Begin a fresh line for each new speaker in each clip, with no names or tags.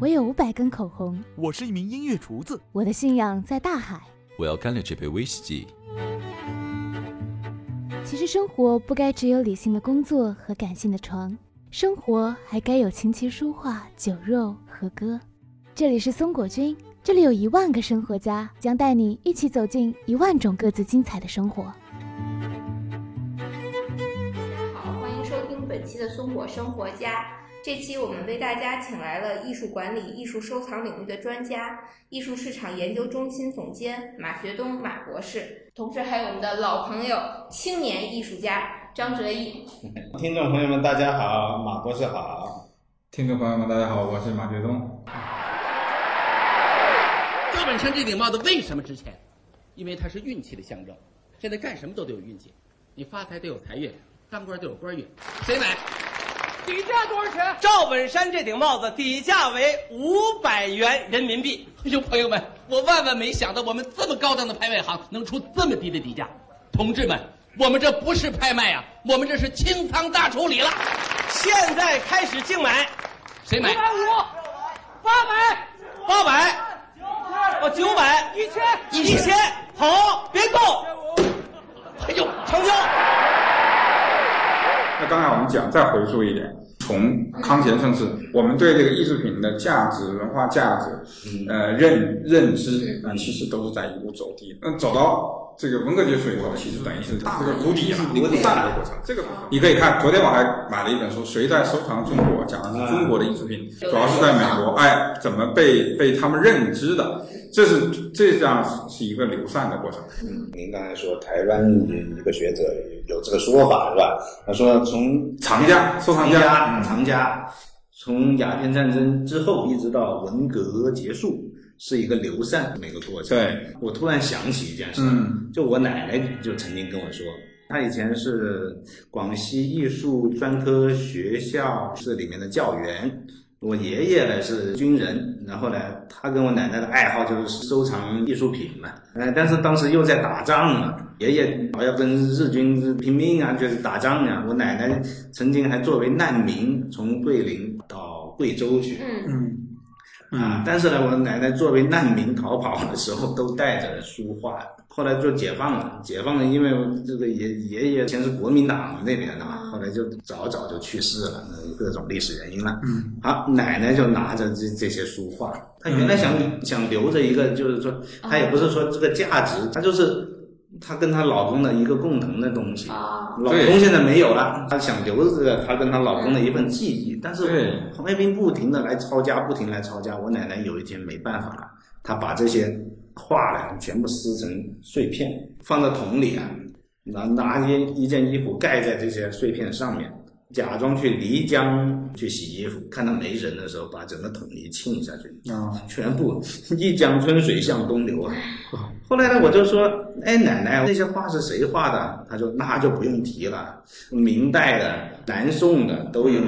我有五百根口红，
我是一名音乐厨子。
我的信仰在大海。
我要干了这杯威士忌。
其实生活不该只有理性的工作和感性的床，生活还该有琴棋书画、酒肉和歌。这里是松果君，这里有一万个生活家，将带你一起走进一万种各自精彩的生活。
好，欢迎收听本期的松果生活家。这期我们为大家请来了艺术管理、艺术收藏领域的专家、艺术市场研究中心总监马学东马博士，同时还有我们的老朋友、青年艺术家张哲毅。
听众朋友们，大家好，马博士好。
听众朋友们，大家好，我是马学东。
赵本山这顶帽子为什么值钱？因为它是运气的象征。现在干什么都得有运气，你发财得有财运，当官得有官运。谁买？
底价多少钱？
赵本山这顶帽子底价为五百元人民币。
哎呦，朋友们，我万万没想到我们这么高档的拍卖行能出这么低的底价。同志们，我们这不是拍卖呀、啊，我们这是清仓大处理了。
现在开始竞买，
谁买？
五百五，八百，
八百，哦，九百，
一千，
一千，好，别够。
哎呦，
成交。
那刚才我们讲，再回溯一点，从康乾盛世，我们对这个艺术品的价值、文化价值，呃，认认知啊、呃，其实都是在一步走低。那走到这个文革结束以后，其实等于是大这个谷底啊，你不上来的过程。这个你可以看，昨天我还买了一本书《谁在收藏中国》，讲的是中国的艺术品，主要是在美国，哎，怎么被被他们认知的。这是这样是一个流散的过程。
嗯，您刚才说台湾一个学者有这个说法是吧？他说从
藏家、收藏
家、嗯藏家，从鸦片战争之后一直到文革结束，是一个流散的一个过程。
对，
我突然想起一件事，嗯、就我奶奶就曾经跟我说。他以前是广西艺术专科学校是里面的教员，我爷爷呢是军人，然后呢，他跟我奶奶的爱好就是收藏艺术品嘛，呃，但是当时又在打仗嘛，爷爷老要跟日军拼命啊，就是打仗呀、啊。我奶奶曾经还作为难民从桂林到贵州去，
嗯。
啊、嗯！但是呢，我奶奶作为难民逃跑的时候，都带着书画。后来就解放了，解放了，因为这个爷爷爷先是国民党那边的嘛，后来就早早就去世了，各种历史原因了。嗯，好，奶奶就拿着这这些书画，她原来想、嗯、想留着一个，就是说，她也不是说这个价值，她就是。她跟她老公的一个共同的东
嗯
哦
西，
啊
老公现在没有了，她想留着这个她跟她老公的一份记忆，但是黄卫兵不停的来抄家，不停来抄家，我奶奶有一天没办法了，她把这些画呢全部撕成碎片，放到桶里啊，拿拿一一件衣服盖在这些碎片上面，假装去漓江去洗衣服，看到没人的时候，把整个桶一浸下去，啊，全部一江春水向东流啊。后来呢，我就说，哎，奶奶，那些画是谁画的？她说，那就不用提了，明代的、南宋的都有，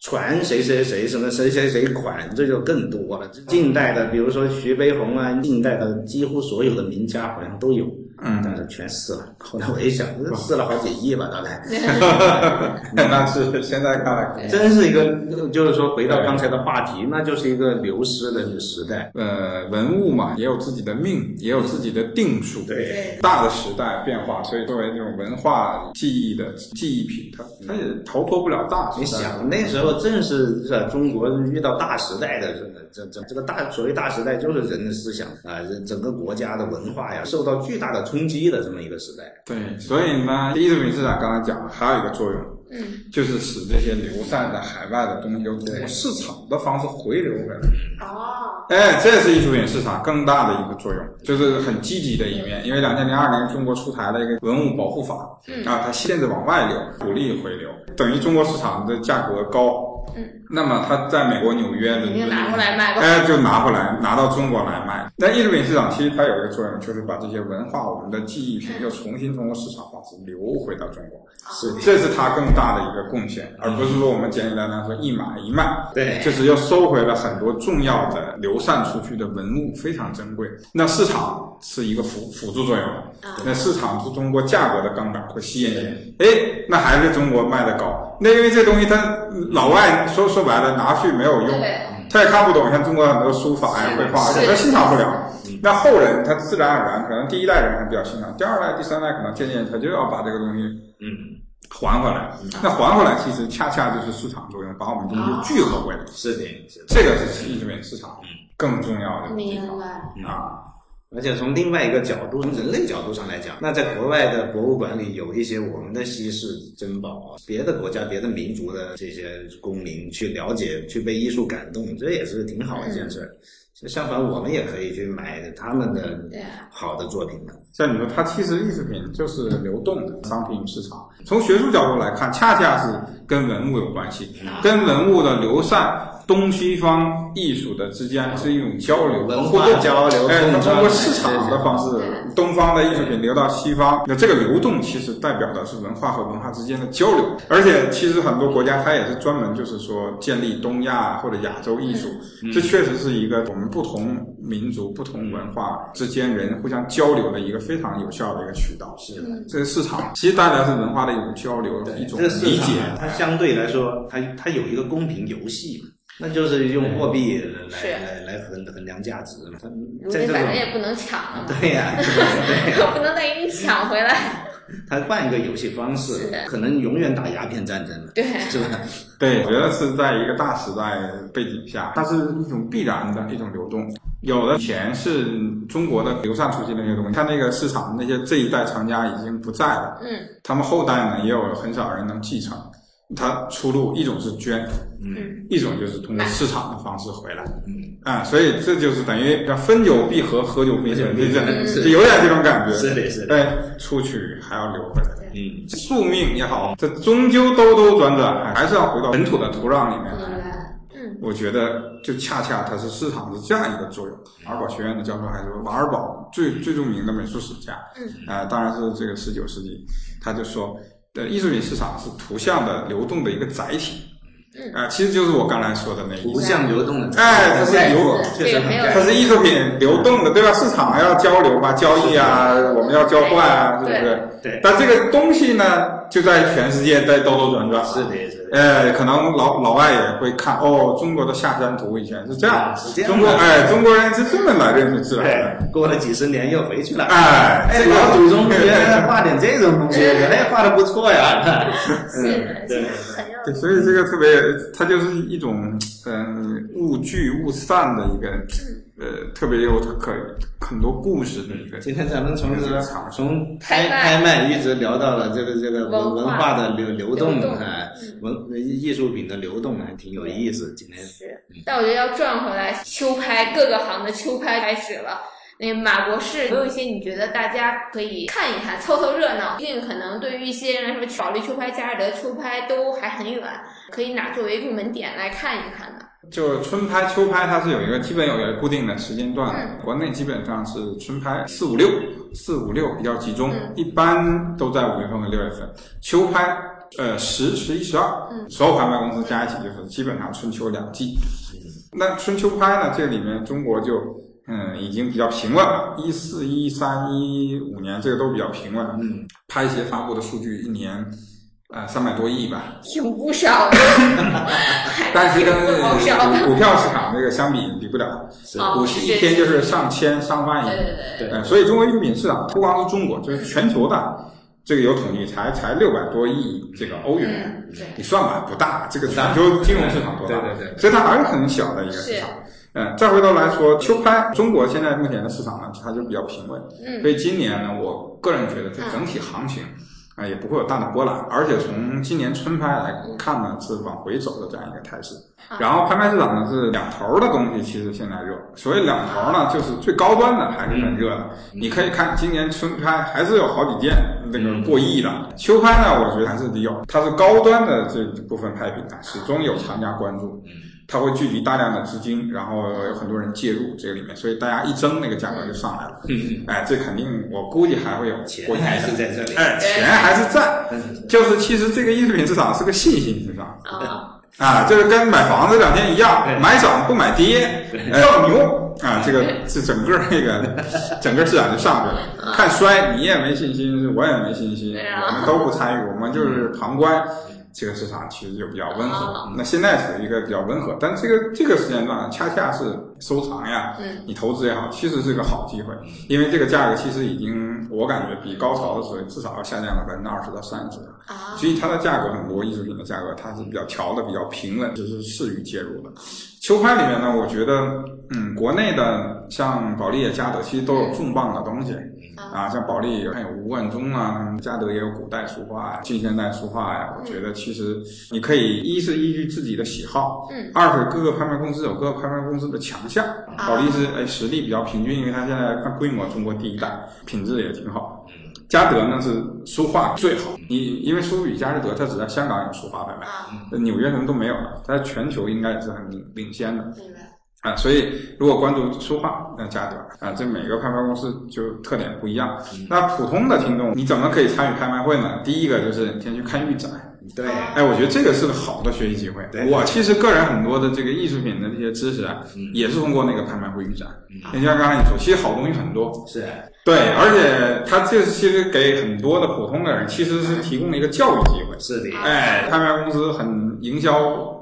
传谁谁谁什么谁谁谁款，这就更多了。近代的，比如说徐悲鸿啊，近代的几乎所有的名家好像都有，嗯，但是全撕了。后来我一想，撕了好几亿吧，大概。
那是现在看来，
真是一个，就是说回到刚才的话题，那就是一个流失的时代。
呃，文物嘛，也有自己的命，也有自己的。定数
对
大的时代变化，所以作为这种文化记忆的记忆品，它它也逃脱不了大时代。
你想那时候正是在中国遇到大时代的这这这个大所谓大时代，就是人的思想啊，人整个国家的文化呀受到巨大的冲击的这么一个时代。
对，所以呢，艺术品市场刚才讲了，还有一个作用。
嗯，
就是使这些流散的海外的东西，通过市场的方式回流回来。
哦，
哎，这是艺术品市场更大的一个作用，就是很积极的一面。因为两千零二年中国出台了一个文物保护法，
嗯
啊，它限制往外流，鼓励回流，等于中国市场的价格高。
嗯，
那么它在美国纽约，
你就拿过来卖吧，
哎，就拿回来，拿到中国来卖。那艺术品市场其实它有一个作用，就是把这些文化、我们的记忆
嗯
品，又重新通过市场方式流回到中国，
哦
是，
这是它更大的一个贡献，而不是说我们简简单单说一买一卖，
对，
就是又收回了很多重要的流散出去的文物，非常珍贵。那市场是一个辅辅助作用，
嗯
那市场是通过价格的杠杆会吸引你，哎，那还是中国卖的高，那因为这东西它老外。说说白了，拿去没有用，他也看不懂像中国很多书法呀、绘画
是
啊，
的
他欣赏不了。那后人他自然而然，可能第一代人还比较欣赏，第二代、第三代可能渐渐他就要把这个东西
嗯，
还回来。
嗯
那还回来其实恰恰就是市场作用，把我们东西聚合回来。
嗯
是的，是的。
这个是艺术品市场更重要的地
明
方
白。
啊。
而且从另外一个角度，从人类角度上来讲，那在国外的博物馆里有一些我们的稀世珍宝，啊别的国家、别的民族的这些公民去了解、去被艺术感动，这也是挺好的一件事儿。其实相反，我们也可以去买他们的
嗯对啊
好的作品的。
像你说，它其实艺术品就是流动的商品市场。从学术角度来看，恰恰是跟文物有关系，跟文物的流散，东西方艺术的之间是一种交流、
文化
互动
交流
哎，
碰
它
撞
通过市场的方式
对对，
东方的艺术品流到西方，那这个流动其实代表的是文化和文化之间的交流。而且，其实很多国家它也是专门就是说建立东亚或者亚洲艺术，这确实是一个我们不同民族、不同文化之间人互相交流的一个非常有效的一个渠道。
是的。
这个市场其实代表是文化的一种交流，一
嗯
种
这个市
理
场
解。
啊它相对来说，它它有一个公平游戏嘛，那就是用货币来
是
来来衡衡量价值嘛。它
如
在
今
这
反正
种
也不能抢了嘛，
对呀、对 呀、
我不能再给你抢回来。
它换一个游戏方式
是的，
可能永远打鸦片战争 了，
对，
是吧？
对，我觉得是在一个大时代背景下，它是一种必然的一种流动。有的钱是中国的流散出去的那些东西，它那个市场那些这一代藏家已经不在了，
嗯，
他们后代呢也有很少人能继承。它出路一种是捐，
嗯，
一种就是通过市场的方式回来，
嗯，
啊、所以这就是等于叫分久必合，合久必分，
合久必分
就是就有点这种感觉，
是的是的
但出去还要留回来。
嗯，
宿命也好，这终究兜兜转转，还是要回到本土的土壤里面来。
嗯
我觉得就恰恰它是市场是这样一个作用。尔堡学院的教授还说，瓦尔堡最最著名的美术史家，啊、当然是这个十九世纪，他就说，呃，艺术品市场是图像的流动的一个载体，啊、其实就是我刚才说的那意
图
思。
像流动的，
啊哎，它是由
确实很
没有
盖
它是艺术品流动的，对吧？市场要交流嘛，交易啊，我们要交换啊，是不是？
对
但这个东西呢，就在全世界在兜兜转转。
是的，是的，
呃，可能老老外也会看哦，中国的下山图以前是这样，
啊是这样的
中国哎，中国人是这么来认识自然的。
哎，过了几十年又回去了，
哎
哎，
这个
老祖宗原 来画点这种东西，哎，画的不错呀，嗯，对，
很有
对，所以这个特别，它就是一种嗯物聚物散的一个呃特别有可很多故事的一个
今天咱们从这个从开
开麦
开麦一直聊到了这个这个文
文
文
化
化的流流动
流动嗯
啊，文艺术品的流动还挺有意思。今天
是，但我觉得要转回来，秋拍各个行的秋拍开始了。那马博士有没有一些你觉得大家可以看一看、凑凑热闹？毕竟可能对于一些人来说，保利秋拍、加尔德秋拍都还很远，可以哪作为入门点来看一看呢？
就春拍、秋拍，它是有一个基本有一个固定的时间段的。国内基本上是春拍四五六，四五六比较集中，
嗯
一般都在五月份和六月份。秋拍，呃，十、十一、十二，所有拍卖公司加一起就是基本上春秋两季。那春秋拍呢，这里面中国就嗯已经比较平稳了，一四、一三、一五年这个都比较平稳。嗯，拍协发布的数据一年。呃，三百多亿吧，
挺不少的，
但是跟
挺不少的。
股票市场这个相比，比不了。
哦
股市一天就是上千、上万亿。
对对对
对
呃所以中国艺术品市场不光是中国，就是全球的，这个有统计才才六百多亿这个欧元，
嗯对
你算吧，不大。这个
不
全
大
球金融市场多大？
对对对
所以它还是很小的一个市场。嗯，再回头来说，秋拍，中国现在目前的市场呢，它就比较平稳。
嗯
所以今年呢，我个人觉得这整体行情啊、也不会有大的波澜，而且从今年春拍来看呢，是往回走的这样一个态势。然后拍卖市场呢是两头儿的东西，其实现在热，所以两头儿呢就是最高端的还是很热的。你可以看今年春拍还是有好几件那个过亿的，秋拍呢我觉得还是得有，它是高端的这部分拍品呢啊始终有藏家关注，它会聚集大量的资金，然后有很多人介入这个里面，所以大家一争那个价格就上来了。哎，这肯定我估计还会有
嗯钱
过亿的
还是在这里
哎，钱还是在，就是其实这个艺术品市场是个信心市场。
啊，
啊，就是跟买房子两天一样，买涨不买跌，要牛啊！这个这整个那个 整个市场就上去了。看衰你也没信心，我也没信心，
啊对啊嗯
我们都不参与，我们就是旁观。这个市场其实就比较温
哦
和。那现在是一个比较温和，但这个这个时间段啊恰恰是收藏呀，
嗯
你投资也好，其实是个好机会，因为这个价格其实已经我感觉比高潮的时候至少要下降了百分之二十到三十。
啊，
所以它的价格很多艺术品的价格它是比较调的比较平稳，就是适于介入的。秋拍里面呢，我觉得嗯，国内的像保利也、嘉德其实都有重磅的东西。啊，像保利还有吴冠中啊，他们嘉德也有古代书画呀、近现代书画呀。我觉得其实你可以一是依据自己的喜好，
嗯
二是各个拍卖公司有各个拍卖公司的强项。保利是哎实力比较平均，因为它现在它规模中国第一大，品质也挺好。嘉德呢是书画最好，你因为苏富比、佳士得它只在香港有书画拍卖，
啊，
纽约什么都没有了，它在全球应该也是很领领先的。
明白，
啊，所以如果关注书画，那价格啊，这每个拍卖公司就特点不一样。那普通的听众，你怎么可以参与拍卖会呢？第一个就是先去看预展。
对，
哎，我觉得这个是个好的学习机会
对。
我其实个人很多的这个艺术品的这些知识啊
嗯，
也是通过那个拍卖会预展。
嗯
就像刚才你说，其实好东西很多，
是，
对，而且它这其实给很多的普通的人，其实是提供了一个教育机会。
是的，
哎，拍卖公司很营销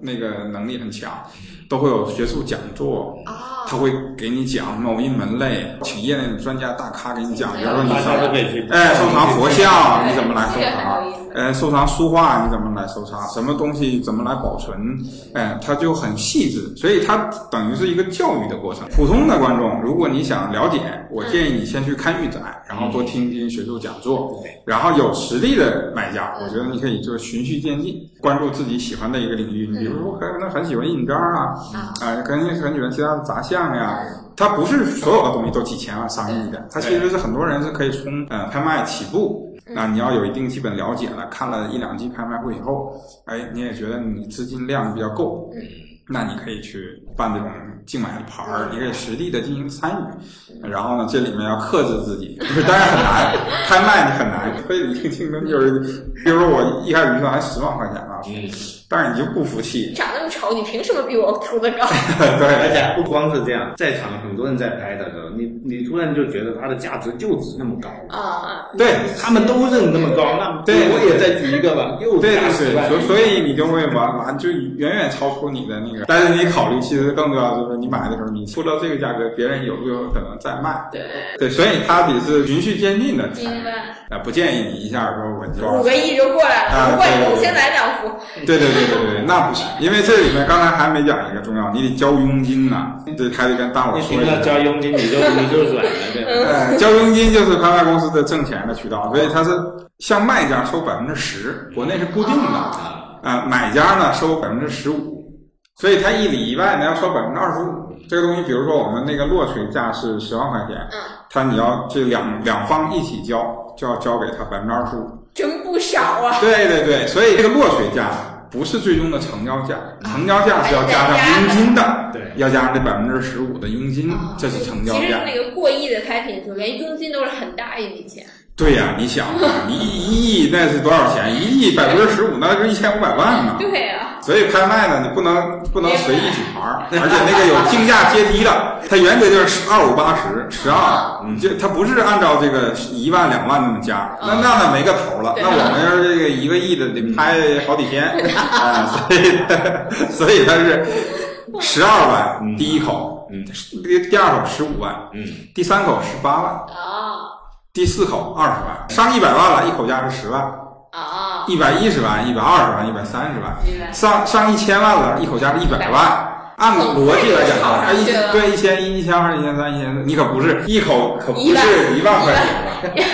那个能力很强，
嗯
都会有学术讲座，
哦，
他会给你讲某一门类，请业内的专家大咖给你讲，比如说你
大
收
家都可以去，
哎收藏佛像你怎么来
这
收
个很有
藏
意，思
呃收藏书画你怎么来收藏，什么东西怎么来保存，哎他就很细致，所以它等于是一个教育的过程。普通的观众，如果你想了解，我建议你先去看预展，然后多听听学术讲座，
对，
然后有实力的买家，我觉得你可以就是循序渐进，关注自己喜欢的一个领域。你比如说，可能很喜欢印章啊，啊，可能很喜欢其他的杂项呀。它不是所有的东西都几千万、上亿的，它其实是很多人是可以从呃拍卖起步。那你要有一定基本了解了，看了一两季拍卖会以后，哎，你也觉得你资金量比较够，那你可以去办这种竞买的牌儿，你可以实地的进行参与。然后呢，这里面要克制自己，就是当然很难，拍卖你很难，非得竞竞争就是，比如说我一开始预算还十万块钱啊，
嗯，
但是你就不服气
你，长那么丑，你凭什么比我出的高？
而
对，
且不光是这样，在场很多人在拍的时候，你你突然就觉得它的价值就值那么高，
啊，
对。
他们都认那么高，那
对
我也再举一个吧，又
对对
价值
对，
万
所所以你就会完完就远远超出你的那个，但是你考虑其实更重要就是你买的时候你出到这个价格，别人有没有可能再卖？
对，
对，所以它得是循序渐进的。
明白，
啊，不建议你一下说我就
嗯五个亿就过来了，
啊
不过
对对
我
对
先来两幅，
对对对对对，那不行，因为这里面刚才还没讲一个重要，你得交佣金呐、这还得跟大伙儿
你
说
平
一
常
下。
交佣金，你就你就软了，对吧？
呃，交佣金就是拍卖公司的挣钱的渠道，所以它是向卖家收百分之十，国内是固定的，啊、买家呢收百分之十五，所以它一里一外呢要收百分之二十五。这个东西，比如说我们那个落锤价是十万块钱，
嗯，
它你要这两两方一起交，就要交给他百分之二十五。
真不少啊，
对对对，所以这个落水价不是最终的成交价，成交价是要加上佣金的，
对
要加上这百分之十五的佣金，嗯这是成交
啊其实
价。
那个过亿的拍品就连佣金都是很大一笔钱，
对呀、你想啊，你一亿那是多少钱？一亿百分之十五，那就是一千五百万呢。
对啊，
所以拍卖呢，你不能不能随意举牌儿，而且那个有竞价阶梯的，它原则就是二五八十、十二，你就它不是按照这个一万两万那么加，那那那没个头了。
对
那我们要是这个一个亿的得拍好几天 啊，所以所以它是十二万第一口，
嗯
第第二口十五万，
嗯，
第三口十八万，
啊
第四口二十万，上一百万了，一口价是十万，
啊，
一百一十万、一百二十万、一百三十万。
明白，
上上一千万了，一口价是一百万。按逻辑来讲啊，哎一对一千一、一千二、一千三、一千四，你可不是一口，可不是
一万
一万块钱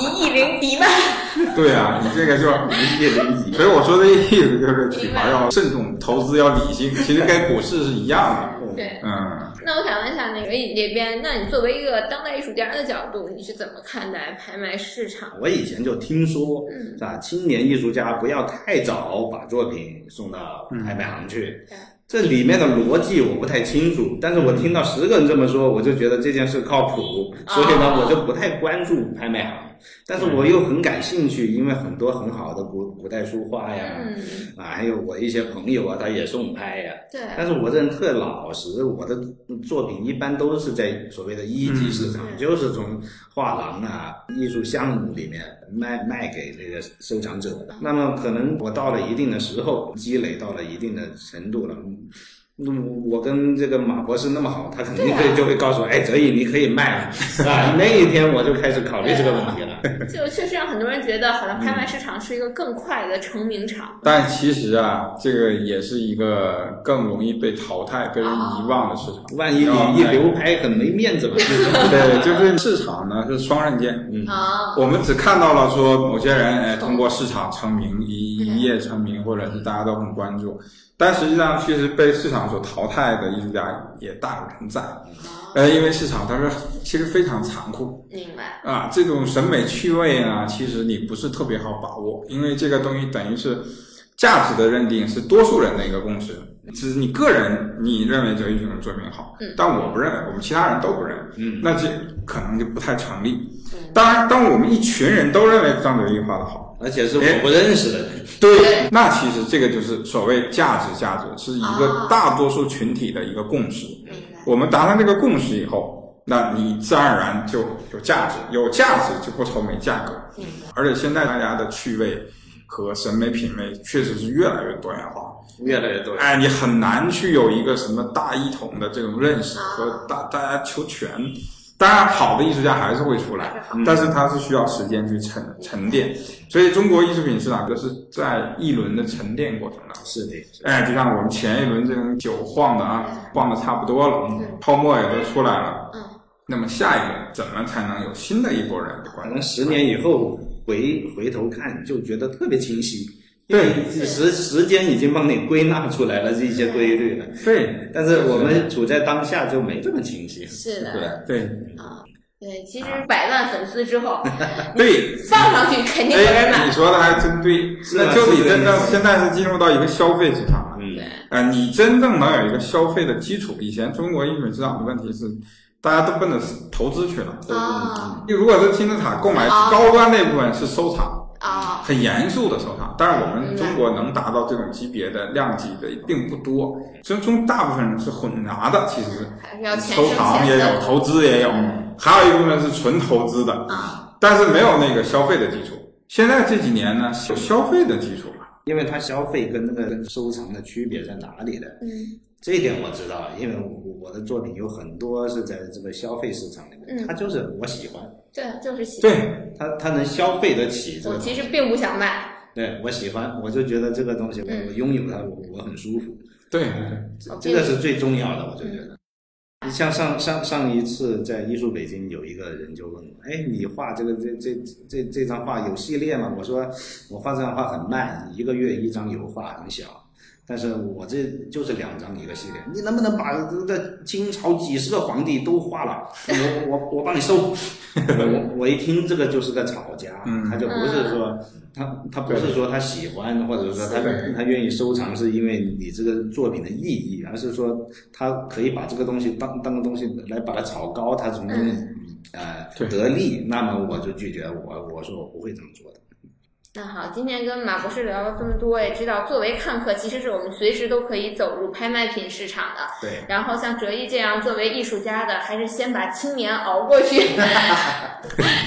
一亿零一万，
了。对啊，你这个就理解理解。所以我说的意思就是，举牌要慎重，投资要理性，其实跟股市是一样的。
对。
嗯，
那我想问一下，那个你这边，那你作为一个当代艺术家的角度，你是怎么看待拍卖市场？
我以前就听说，
嗯
是吧？青年艺术家不要太早把作品送到拍卖行去
嗯，
这里面的逻辑我不太清楚。但是我听到十个人这么说，我就觉得这件事靠谱，所以呢，
哦
我就不太关注拍卖行。但是我又很感兴趣，因为很多很好的古古代书画
哎
呀，
嗯，
啊，还有我一些朋友啊，他也送拍呀。
对，
但是我这人特老实，我的作品一般都是在所谓的一级市场，
嗯
就是从画廊啊、艺术项目里面卖卖给这个收藏者的。那么可能我到了一定的时候，积累到了一定的程度了。那么我跟这个马博士那么好，他肯定
对啊
会就会告诉我，哎，哲毅你可以卖 了啊！那一天我就开始考虑这个问题了。
就确实让很多人觉得，好像拍卖市场是一个更快的成名场。
但其实啊，这个也是一个更容易被淘汰、被人遗忘的市场。
万一
然后
你一流拍很没面 子嘛，
对，就是市场呢是双刃剑。嗯，
啊，
我们只看到了说某些人哎通过市场成名，一一夜成名，或者是大家都很关注，但实际上其实被市场所淘汰的艺术家也大有人在。
嗯
呃，因为市场它是其实非常残酷，
明白。
啊，这种审美趣味呢，其实你不是特别好把握，因为这个东西等于是价值的认定是多数人的一个共识，只是你个人你认为这个艺术品作品好，
嗯
但我不认为，我们其他人都不认，
嗯
那这可能就不太成立。
嗯
当然，当我们一群人都认为张德义画的好，
而且是我不认识的人。
对，那其实这个就是所谓价值，价值是一
啊嗯
个大多数群体的一个共识。
明白
我们达成这个共识以后，那你自然而然就有价值，有价值就不愁没价格。
明
而且现在大家的趣味和审美品味确实是越来越多元化，
越来越多人。
哎，你很难去有一个什么大一统的这种认识和大大家求全。当然，好的艺术家还是会出来，但是他是需要时间去沉沉淀。所以，中国艺术品市场就是在一轮的沉淀过程当中。
是的，
哎，就像我们前一轮这种酒晃的啊，晃的差不多了，泡沫也都出来了。
嗯。
那么下一轮怎么才能有新的一波人关
可
注
能？十年以后回回头看，就觉得特别清晰，因为时时间已经帮你归纳出来了这一些规律了。
对
但是我们处在当下就没这么清晰。
是的，
对
啊，对，其实百万粉丝之后
对，
放上去肯定有人
哎，
买
你。说的还真对，
是啊
那就是你
这个
真正
意思
现在是进入到一个消费市场了。
嗯，
对
呃，你真正能有一个消费的基础。以前中国艺术品市场的问题是，大家都奔着投资去了。
啊
如果是金字塔购买
啊
高端那部分是收藏，
啊，
很严肃的收藏。但是我们中国能达到这种级别的量级的并不多，所以中大部分人是混杂的，其实
还是要钱
收
生
藏也
钱的
有，投资也有，还有一部分是纯投资的，
啊，
但是没有那个消费的基础。现在这几年呢，有消费的基础了。
因为它消费跟那个跟收藏的区别在哪里呢？
嗯
这一点我知道，因为我我的作品有很多是在这个消费市场里面，
嗯
它就是我喜欢，
对，就是喜欢。
对，
它它能消费得起这
我
个，
其实并不想卖，
对我喜欢，我就觉得这个东西我
嗯
我拥有它，我我很舒服。
对，
这哦这个是嗯最重要的，我就觉得。你像上上上一次在艺术北京有一个人就问我，哎，你画这个这这这这张画有系列吗？我说我画这张画很慢，一个月一张油画很小，但是我这就是两张一个系列，你能不能把这个清朝几十个皇帝都画了？我我我帮你收。 我我一听这个就是个吵架，
嗯
他就不是说他他不是说他喜欢，或者说他他愿意收藏，是因为你这个作品的意义，而是说他可以把这个东西当当个东西来把它炒高，他从中、呃
对
得利。那么我就拒绝我我说我不会这么做的。
那好，今天跟马博士聊了这么多，也知道作为看客，其实是我们随时都可以走入拍卖品市场的。
对，
然后像哲一这样作为艺术家的，还是先把青年熬过 去。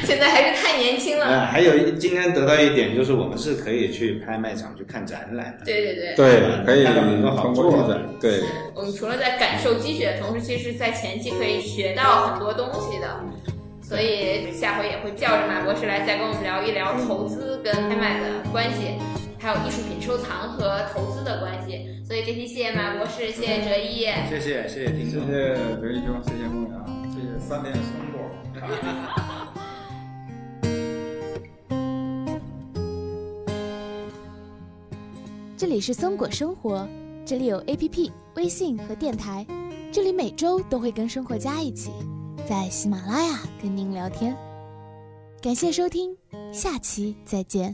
现在还是太年轻
哎
了。
呃，还有一今天得到一点就是我们是可以去拍卖场去看展览的。
对对对。
对，可以
看到很多好
通
作
过
品
这个，对，
我们除了在感受积雪的同时，其实在前期可以学到很多东西的。所以下回也会叫着马博士来再跟我们聊一聊投资跟拍卖的关系，还有艺术品收藏和投资的关系。所以这期谢谢马博士，谢谢哲毅。
谢谢谢谢听
谢
众。
谢刘一兄，谢谢孟阳，谢谢三点松果。
这里是松果生活，这里有 APP、微信和电台，这里每周都会跟生活家一起在喜马拉雅跟您聊天。感谢收听，下期再见。